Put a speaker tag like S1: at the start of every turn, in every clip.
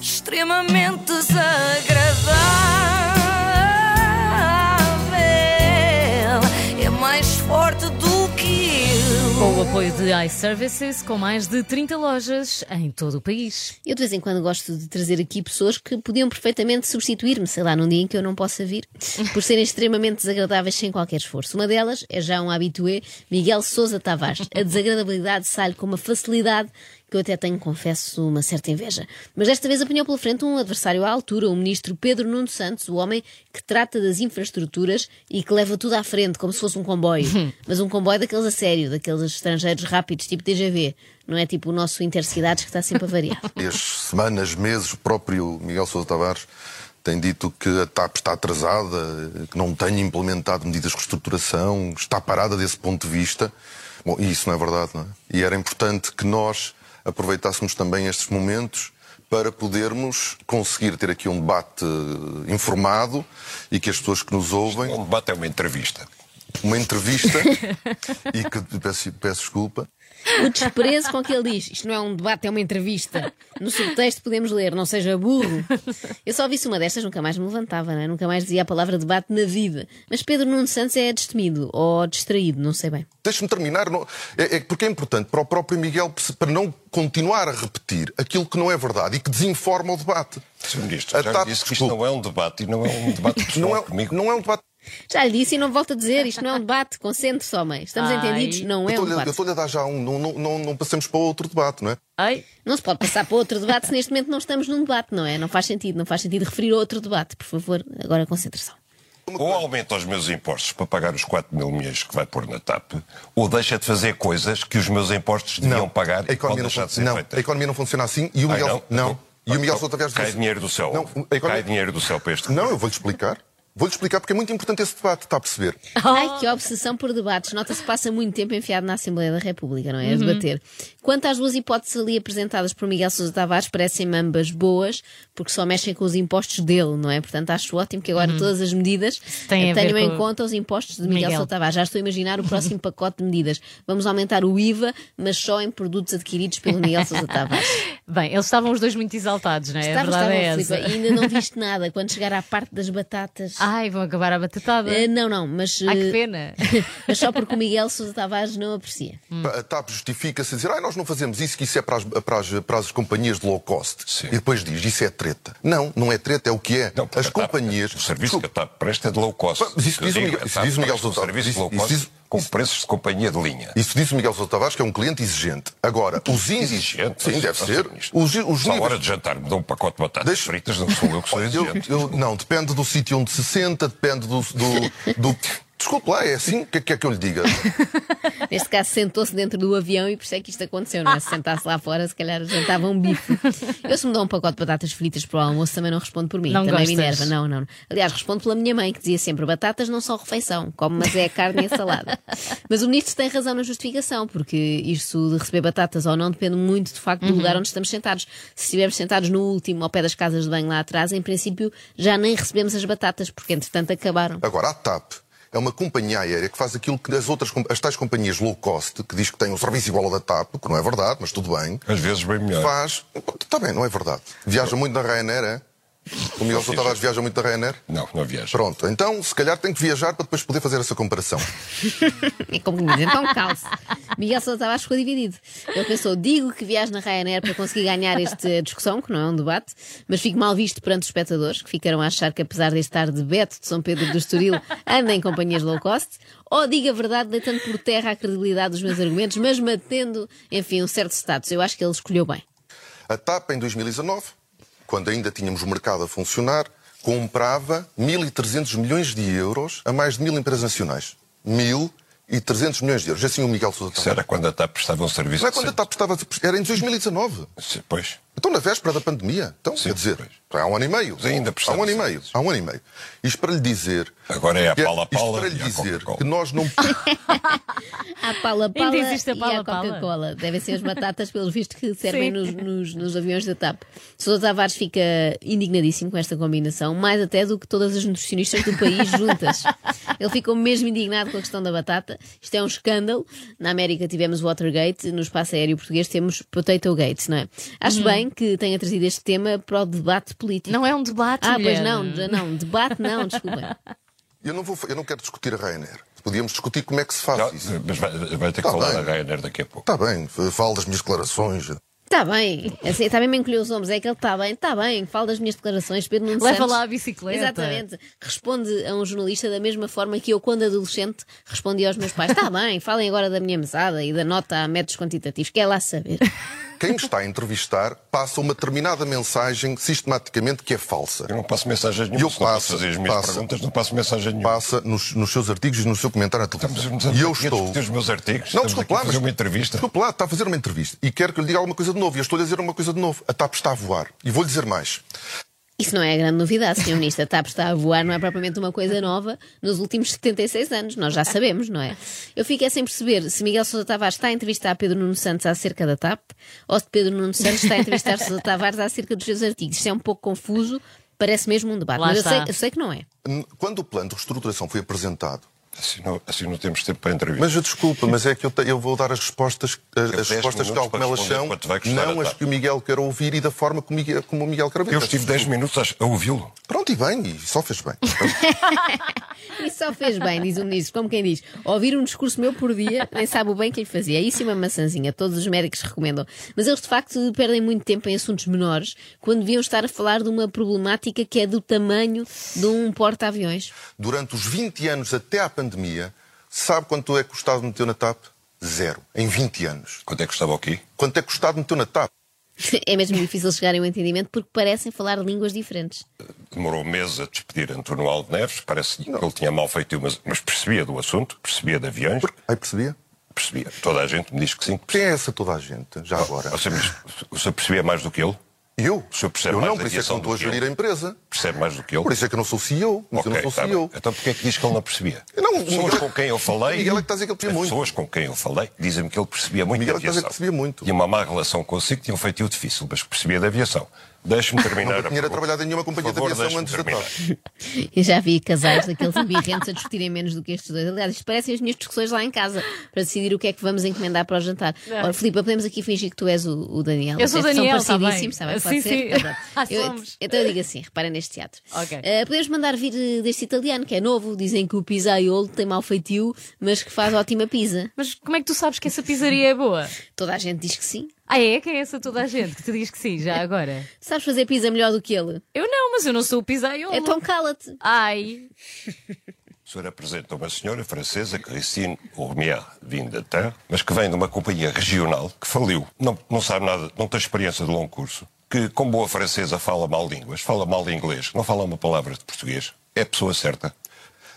S1: extremamente desagradável. É mais forte do que eu.
S2: Com o apoio de iServices, com mais de 30 lojas em todo o país.
S3: Eu de vez em quando gosto de trazer aqui pessoas que podiam perfeitamente substituir-me, sei lá, num dia em que eu não possa vir, por serem extremamente desagradáveis sem qualquer esforço. Uma delas é já um habitué, Miguel Sousa Tavares. A desagradabilidade sai-lhe com uma facilidade que eu até tenho, confesso, uma certa inveja. Mas desta vez apanhou pela frente um adversário à altura, o ministro Pedro Nuno Santos, o homem que trata das infraestruturas e que leva tudo à frente, como se fosse um comboio. Mas um comboio daqueles a sério, daqueles estrangeiros rápidos, tipo TGV. Não é tipo o nosso Intercidades que está sempre a variar.
S4: As semanas, meses, o próprio Miguel Sousa Tavares tem dito que a TAP está atrasada, que não tem implementado medidas de reestruturação, está parada desse ponto de vista. Bom, e isso não é verdade, não é? E era importante que nós aproveitássemos também estes momentos para podermos conseguir ter aqui um debate informado e que as pessoas que nos ouvem
S5: Um debate é uma entrevista.
S4: uma entrevista e que peço, peço desculpa.
S3: O desprezo com que ele diz Isto não é um debate, é uma entrevista No subtexto podemos ler, não seja burro Eu só visse uma destas, nunca mais me levantava não é? Nunca mais dizia a palavra debate na vida Mas Pedro Nuno Santos é destemido Ou distraído, não sei bem
S4: Deixe-me terminar, não- é, é porque é importante para o próprio Miguel perce- para não continuar a repetir aquilo que não é verdade e que desinforma o debate.
S5: Sr. Ministro,
S4: A
S5: já
S4: TAP,
S5: lhe disse que isto
S4: desculpe.
S5: não é um debate e não é um debate pessoal
S4: Não é,
S5: comigo.
S4: não é um debate.
S3: Já lhe disse e não volto a dizer Isto não é um debate, concentre-se homem Estamos
S2: Ai.
S3: entendidos, não é
S4: eu
S3: um
S4: estou-lhe- eu
S3: debate
S4: estou-lhe a dar já um. Não, não, não, não passemos para outro debate, não é?
S2: Ai,
S3: Não se pode passar para outro debate Se neste momento não estamos num debate, não é? Não faz sentido, não faz sentido referir a outro debate Por favor, agora concentração
S5: Ou aumenta os meus impostos para pagar os 4 mil milhões que vai pôr na TAP, ou deixa de fazer coisas que os meus impostos deviam
S4: a
S5: pagar e pode
S4: economia não,
S5: deixar
S4: fun-
S5: de ser
S4: não,
S5: feita.
S4: a economia não funciona assim e o
S5: Ai,
S4: Miguel. não. E o Miguel
S5: Ah,
S4: Sousa Tavares
S5: Cai
S4: disse-
S5: dinheiro do céu.
S4: Não, a
S5: Cai
S4: economia-
S5: dinheiro do céu para este
S4: Não, eu vou-lhe explicar. Vou-lhe explicar porque é muito importante esse debate, está a perceber?
S2: Oh.
S3: Ai, que obsessão por debates. Nota-se que passa muito tempo enfiado na Assembleia da República, não é?
S2: Uhum.
S3: A debater. Quanto às duas hipóteses ali apresentadas por Miguel Sousa Tavares, parecem-me ambas boas, porque só mexem com os impostos dele, não é? Portanto, acho ótimo que agora todas as medidas
S2: Uhum. Tem a
S3: eh, tenham
S2: ver
S3: em
S2: com-
S3: conta os impostos de Miguel,
S2: Miguel.
S3: Sousa Tavares. Já estou a imaginar o próximo pacote de medidas. Vamos aumentar o IVA, mas só em produtos adquiridos pelo Miguel Sousa
S2: tá
S3: Tavares.
S2: bem, eles estavam os dois muito exaltados, não é?
S3: Estava,
S2: a
S3: estava,
S2: verdade é
S3: Filipe,
S2: essa.
S3: ainda não viste nada. Quando chegar à parte das batatas...
S2: Ai, vão acabar a batatada.
S3: Eh, não, não, mas.
S2: Ai, que
S3: eh,
S2: pena.
S3: mas só porque o Miguel Sousa Tavares não aprecia.
S4: A TAP justifica-se a dizer, ah, nós não fazemos isso, que isso é para as, para as- para as companhias de low cost.
S5: Sim.
S4: E depois diz, isso é treta. Não, não é treta, é o que é.
S5: Não, porque
S4: as
S5: a TAP-
S4: companhias.
S5: O serviço
S4: Desculpe,
S5: que a TAP presta é de low cost.
S4: Mas isso diz o Miguel-
S5: A
S4: isso
S5: TAP
S4: diz o Miguel
S5: presta
S4: Sousa
S5: Um serviço de
S4: Tavares.
S5: low
S4: Isso-
S5: cost
S4: isso-
S5: com
S4: isso-
S5: preços de companhia de linha.
S4: Isso disse o Miguel Sousa Tavares, que é um cliente exigente. Agora, os índices.
S5: Exigente.
S4: Sim, deve
S5: Nossa,
S4: ser.
S5: ministro.
S4: Os, os
S5: Se à hora
S4: níveis.
S5: de jantar me dão um pacote de batatas
S4: Deixa-
S5: fritas, não sou eu que sou
S4: Eu-
S5: exigente.
S4: eu- não, depende do sítio onde se senta, depende do. do, do... Desculpe lá, é assim? O que é que é que eu lhe diga?
S3: Neste caso, sentou-se dentro do avião e por isso é que isto aconteceu, não é? Se sentasse lá fora, se calhar jantava um bife. Eu, se me dão um pacote de batatas fritas para o almoço, também não respondo por mim.
S2: Não
S3: também me
S2: gostas?
S3: enerva. Não, não. Aliás, respondo pela minha mãe, que dizia sempre: batatas não são refeição, como mas é a carne e a salada. Mas o ministro tem razão na justificação, porque isto de receber batatas ou não depende muito, de facto, do
S2: Uhum.
S3: lugar onde estamos sentados. Se estivermos sentados no último, ao pé das casas de banho lá atrás, em princípio já nem recebemos as batatas, porque entretanto acabaram.
S4: Agora, a TAP é uma companhia aérea que faz aquilo que as outras com- as tais companhias low cost, que diz que tem um serviço igual ao da TAP, que não é verdade, mas tudo bem,
S5: Às vezes bem melhor.
S4: faz. Está bem, não é verdade. Viaja muito na Ryanair, é? O Miguel Sousa Tavares viaja muito na Ryanair?
S5: Não, não viaja.
S4: Pronto, então se calhar tem que viajar para depois poder fazer essa comparação.
S3: É como que me dizem, então calce. Miguel Sousa Tavares ficou dividido. Ele pensou, digo que viajo na Ryanair para conseguir ganhar esta discussão, que não é um debate, mas fico mal visto perante os espectadores, que ficaram a achar que apesar de estar de Beto de São Pedro do Estoril, anda em companhias low cost, ou digo a verdade deitando por terra a credibilidade dos meus argumentos, mas mantendo, enfim, um certo status. Eu acho que ele escolheu bem.
S4: A TAP, em 2019, quando ainda tínhamos o mercado a funcionar, comprava 1.300 milhões de euros a mais de mil empresas nacionais. 1.300 milhões de euros. É Assim o Miguel Sousa
S5: Isso
S4: Tavares.
S5: era quando a TAP prestava um serviço.
S4: Não é quando a
S5: decente.
S4: TAP estava. Era em 2019.
S5: Sim, Pois.
S4: Então, na véspera da pandemia. Então,
S5: Sim,
S4: quer dizer,
S5: pois.
S4: há um ano e meio.
S5: Mas ainda
S4: Há
S5: prestava
S4: um ano e meio.
S5: serviços.
S4: Há um ano e meio. Isto para lhe dizer.
S5: Agora é a pala a
S4: Isto
S5: pala
S4: para lhe
S5: e a
S4: dizer
S5: Coca-Cola.
S4: que nós não.
S3: À pala pala
S2: Ainda existe a
S3: e
S2: pala
S3: à
S2: pala.
S3: Coca-Cola. Devem ser as batatas, pelo visto, que
S2: Sim.
S3: servem nos, nos- nos aviões da TAP. Sousa Tavares fica indignadíssimo com esta combinação, mais até do que todas as nutricionistas do país juntas. Ele ficou mesmo indignado com a questão da batata. Isto é um escândalo. Na América tivemos Watergate, no espaço aéreo português temos Potato Gate, não é? Acho bem bem que tenha trazido este tema para o debate político.
S2: Hum. Não é um debate,
S3: Ah, pois
S2: mulher.
S3: não, não, debate não, desculpa.
S4: Eu não, vou, eu não quero discutir a Rainer. Podíamos discutir como é que se faz
S5: Não,
S4: isso.
S5: mas vai, vai ter que
S4: Tá
S5: falar
S4: bem. Tá
S5: da Ryanair daqui a pouco.
S4: Está bem, falo das minhas declarações.
S3: Está bem, assim, também me encolheu os ombros. É que ele está bem, está bem, fala das minhas declarações, Pedro Nunes
S2: Leva
S3: Santos.
S2: lá a bicicleta.
S3: Exatamente. Responde a um jornalista da mesma forma que eu, quando adolescente, respondi aos meus pais: Está bem, falem agora da minha mesada e da nota a métodos quantitativos, quer lá saber.
S4: Quem me está a entrevistar passa uma determinada mensagem sistematicamente que é falsa.
S5: Eu não passo mensagens nenhuma.
S4: Eu
S5: se não posso
S4: passo,
S5: fazer as minhas
S4: passo.
S5: perguntas, não passo mensagem nenhuma.
S4: Passa nos, nos seus artigos e no seu comentário à televisão.
S5: Estamos
S4: E eu
S5: aqui a
S4: estou.
S5: discutir os meus artigos.
S4: Não,
S5: estamos
S4: desculpe
S5: aqui
S4: lá,
S5: a fazer
S4: mas-
S5: uma entrevista.
S4: Desculpe lá, está a fazer uma entrevista e quero que lhe diga alguma coisa de novo. E eu estou a dizer uma coisa de novo. A TAP está a voar. E vou lhe dizer mais.
S3: Isso não é grande novidade, Sr. Ministro. A TAP está a voar, não é propriamente uma coisa nova nos últimos 76 anos, nós já sabemos, não é? Eu fiquei sem perceber se Miguel Sousa Tavares está a entrevistar Pedro Nuno Santos acerca da TAP ou se Pedro Nuno Santos está a entrevistar Sousa Tavares acerca dos seus artigos. Isto é um pouco confuso, parece mesmo um debate,
S2: Lá
S3: mas eu
S2: está.
S3: sei, eu sei que não é.
S4: N- Quando o plano de reestruturação foi apresentado,
S5: Assim não, assim não temos tempo para entrevista.
S4: mas desculpa, mas é que eu, te- eu vou dar as respostas, as, as
S5: dez
S4: respostas
S5: minutos
S4: tal como
S5: para
S4: elas
S5: responder
S4: são,
S5: quanto vai custar
S4: não
S5: a
S4: as
S5: TAP.
S4: que o Miguel quer ouvir e da forma como, o Miguel- como o Miguel quer ouvir.
S5: Eu estive 10 minutos a ouvi-lo.
S4: Pronto, e bem, e só fez bem.
S3: Isso só fez bem, diz o ministro, como quem diz. Ouvir um discurso meu por dia, nem sabe o bem que lhe fazia. Isso e uma maçãzinha, todos os médicos recomendam. Mas eles, de facto, perdem muito tempo em assuntos menores, quando deviam estar a falar de uma problemática que é do tamanho de um porta-aviões.
S4: durante os 20 anos até à pandemia, sabe quanto é que o Estado meteu na TAP? Zero. Em 20 anos.
S5: Quanto é que estava aqui?
S4: Quanto é que o Estado meteu na TAP?
S3: É mesmo difícil chegar a um entendimento porque parecem falar línguas diferentes.
S5: Demorou meses a despedir António Alves Neves. Parece que ele tinha mal feito, mas, mas percebia do assunto, percebia de aviões,
S4: Porque- Aí percebia?
S5: percebia. Toda a gente me diz que sim. que
S4: Quem é essa toda a gente, já agora?
S5: percebia. Ou seja, mas o senhor percebia mais do que ele?
S4: Eu?
S5: O senhor percebe
S4: Eu
S5: mais
S4: não,
S5: da
S4: por isso é que
S5: aviação
S4: não estou a
S5: do que eu?
S4: gerir a empresa.
S5: Percebe mais do que ele?
S4: Por isso é que eu não sou CEO. Mas eu
S5: Ok,
S4: não
S5: tá
S4: sou
S5: bem.
S4: CEO.
S5: Então porquê é que diz que ele não percebia?
S4: Não,
S5: As
S4: o
S5: pessoas
S4: Miguel-
S5: com quem eu falei.
S4: o Miguel é que está a dizer que ele percebia
S5: As
S4: muito.
S5: pessoas com quem eu falei dizem-me que ele percebia muito
S4: Miguel é
S5: de
S4: que está a dizer
S5: aviação.
S4: que percebia muito.
S5: Tinha uma má relação consigo, tinha um feitio difícil, mas percebia de aviação. Deixe-me terminar.
S4: Nunca tinha
S5: pergunta.
S4: trabalhado em nenhuma companhia
S5: Por favor,
S4: de aviação
S5: deixe-me
S4: antes da
S5: terminar.
S4: TAP.
S3: Eu já vi casais daqueles birrentes a discutirem menos do que estes dois. Aliás, isto parecem as minhas discussões lá em casa para decidir o que é que vamos encomendar para o jantar. Ora, Filipe, podemos aqui fingir que tu és o, o Daniel.
S2: Eu sou o
S3: Até
S2: Daniel,
S3: São
S2: tá
S3: parecidíssimos,
S2: bem.
S3: está bem? Pode
S2: Sim,
S3: ser?
S2: sim.
S3: Tá bom.
S2: Ah,
S3: Eu-
S2: somos.
S3: então eu digo assim, reparem neste teatro.
S2: Ok.
S3: Eh, podemos mandar vir eh, deste italiano, que é novo. Dizem que o pisaiolo tem mau feitio, mas que faz ótima pizza.
S2: Mas como é que tu sabes que essa pizzaria é boa?
S3: Toda a gente diz que sim.
S2: Ah, é? Quem é essa toda a gente que te diz que sim, já agora?
S3: Sabes fazer pizza melhor do que ele?
S2: Eu não, mas eu não sou o pizzaiolo.
S3: Então cala-te.
S2: Ai,
S5: O senhor apresenta uma senhora francesa, Christine Ormier, vinda da Terre, mas que vem de uma companhia regional que faliu. Não, não sabe nada, não tem experiência de longo curso. Que, como boa francesa, fala mal línguas, fala mal inglês, não fala uma palavra de português. É a pessoa certa.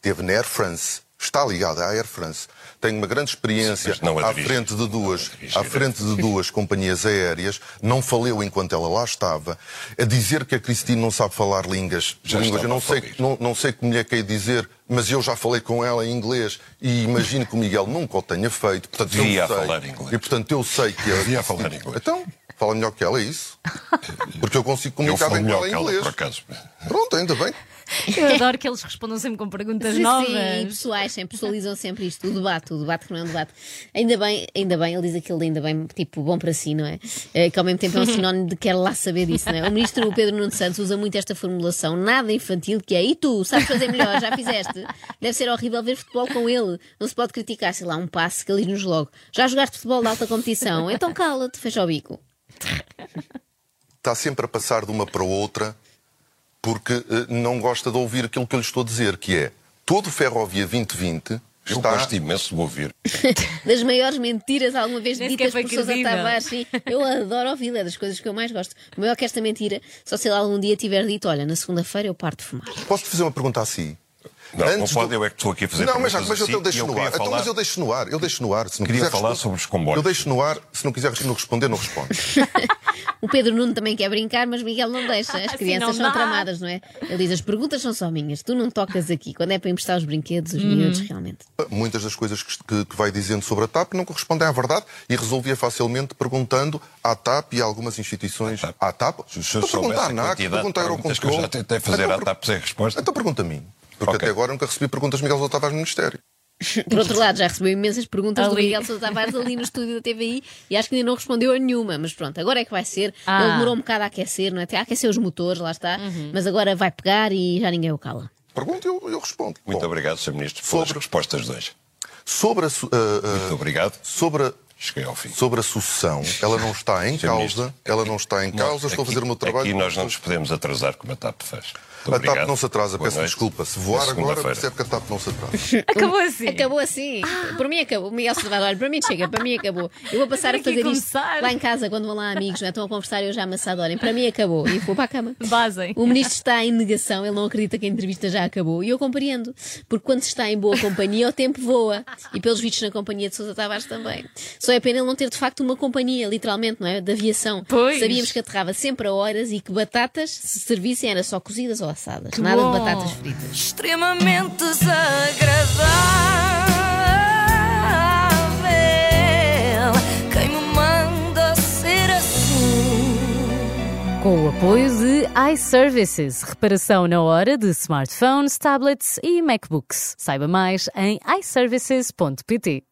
S4: Teve na Air France. Está ligada à Air France. Tem uma grande experiência
S5: Mas não a
S4: à
S5: dirige.
S4: frente de duas,
S5: Não a dirige,
S4: à frente de duas companhias aéreas. Não faleu enquanto ela lá estava. A dizer que a Cristina não sabe falar línguas.
S5: Já
S4: línguas.
S5: estava
S4: Eu
S5: a
S4: não sei,
S5: falir.
S4: não, não sei é que mulher quer dizer, mas eu já falei com ela em inglês e imagino que o Miguel nunca o tenha feito. Portanto,
S5: Devia
S4: eu sei.
S5: falar inglês.
S4: E portanto eu sei que
S5: Devia falar inglês.
S4: Então, fala melhor que ela, é isso? Porque eu consigo
S5: Eu
S4: comunicar
S5: falo
S4: bem com ela
S5: melhor que
S4: em
S5: ela,
S4: inglês.
S5: por acaso.
S4: Pronto, ainda bem.
S2: eu adoro que eles respondam sempre com perguntas novas.
S3: Sim, e pessoais, sempre pessoalizam sempre isto. O debate, o debate que não é um debate. Ainda bem, ainda bem, ele diz aquele ainda bem, tipo, bom para si, não é? Eh, Que ao mesmo tempo é um sinónimo de quer lá saber disso, não é? O ministro Pedro Nuno Santos usa muito esta formulação, nada infantil, que é e tu, sabes fazer melhor, já fizeste? Deve ser horrível ver futebol com ele. Não se pode criticar, sei lá, um passe que ele nos logo. Já jogaste futebol de alta competição? Então cala-te, fecha o bico.
S4: está sempre a passar de uma para outra porque eh, não gosta de ouvir aquilo que eu lhe estou a dizer, que é todo o Ferrovia 2020
S5: Eu
S4: está... tipo,
S5: gosto imenso de ouvir.
S3: das maiores mentiras alguma vez
S2: Nem
S3: ditas
S2: sequer
S3: por
S2: foi
S3: Sousa
S2: credível.
S3: Tavares. Sim, eu adoro ouvi-la, é das coisas que eu mais gosto. Maior que esta mentira, só se ele algum dia tiver dito: olha, na segunda-feira eu parto de fumar.
S4: Posso-te fazer uma pergunta assim?
S5: Não, não
S4: Antes
S5: pode,
S4: do-
S5: eu é que estou aqui a fazer
S4: Não, mas, já-
S5: perguntas
S4: mas eu,
S5: assim,
S4: eu deixo
S5: e eu
S4: no
S5: queria
S4: ar. Então,
S5: falar-
S4: mas eu deixo no ar, eu deixo no ar. Se não
S5: Queria
S4: quiser
S5: falar
S4: responder-
S5: sobre os comboios.
S4: Eu deixo no ar, se não quiser não responder, não respondo.
S3: O Pedro Nuno também quer brincar, mas Miguel não deixa. As
S2: Assim
S3: crianças
S2: não dá.
S3: são tramadas, não é? Ele diz: as perguntas são só minhas, tu não tocas aqui. Quando é para emprestar os brinquedos, os miúdos,
S2: Hum.
S3: realmente.
S4: Muitas das coisas que, que- que vai dizendo sobre a TAP não correspondem à verdade e resolvia facilmente perguntando à TAP e a algumas instituições.
S5: À TAP.
S4: À TAP?
S5: Se o senhor
S4: Estou a perguntar
S5: soubesse
S4: à
S5: a
S4: NAC,
S5: quantidade de
S4: perguntar ao
S5: perguntas que eu
S4: Eurocontrol.
S5: já tentei fazer
S4: Então,
S5: à TAP sem resposta.
S4: Então pergunta a mim. Porque
S5: Ok.
S4: até agora nunca recebi perguntas de Miguel Sousa Tavares no Ministério.
S3: Por outro lado, já recebeu imensas perguntas do
S2: Ali.
S3: Miguel Sousa Tavares ali no estúdio da TVI e acho que ainda não respondeu a nenhuma, mas pronto, agora é que vai ser.
S2: Ah. Uhum.
S3: Ele demorou um bocado a aquecer, não é? Até a aquecer os motores, lá está, mas agora vai pegar e já ninguém o cala.
S4: Pergunta e eu, eu respondo.
S5: Muito
S4: Bom,
S5: obrigado, Sr. Ministro, pelas
S4: Sobre-
S5: respostas de hoje.
S4: sobre a, su- ah, ah,
S5: Muito obrigado.
S4: sobre a-
S5: Cheguei ao fim.
S4: sobre a sucessão, ela não está em
S5: Sr.
S4: causa,
S5: Ministro,
S4: ela não está em causa, estou a
S5: Aqui-
S4: fazer o meu trabalho.
S5: Aqui nós não nos podemos atrasar como a TAP faz. Muito
S4: A TAP
S5: obrigado.
S4: não se atrasa,
S5: Boa
S4: peço
S5: noite.
S4: desculpa. Se
S5: Até
S4: voar agora,
S5: segunda-feira.
S4: percebe que a TAP não se atrasa.
S2: Acabou assim.
S3: Acabou assim.
S2: Ah.
S3: Por mim acabou. O Miguel Sousa Tavares, olha, para mim chega, para mim acabou. Eu vou passar
S2: Eu
S3: a
S2: tenho que
S3: fazer isto
S2: começar.
S3: lá em casa, quando vão lá amigos, não é? Estão a conversar e eu já amassado, olhem, para mim acabou. E vou para a cama.
S2: Vazem.
S3: O ministro está em negação, ele não acredita que a entrevista já acabou. E eu compreendo, porque quando se está em boa companhia, o tempo voa. E pelos vistos na companhia de Sousa Tavares também. Só é pena ele não ter de facto uma companhia, literalmente, não é? De aviação.
S2: Pois.
S3: Sabíamos que aterrava sempre a horas e que batatas, se servissem, era só cozidas ou assadas.
S2: Que
S3: Nada
S2: bom.
S3: de batatas fritas.
S1: extremamente desagradável. Quem me manda ser assim?
S2: Com o apoio de iServices, reparação na hora de smartphones, tablets e MacBooks. Saiba mais em iServices.pt.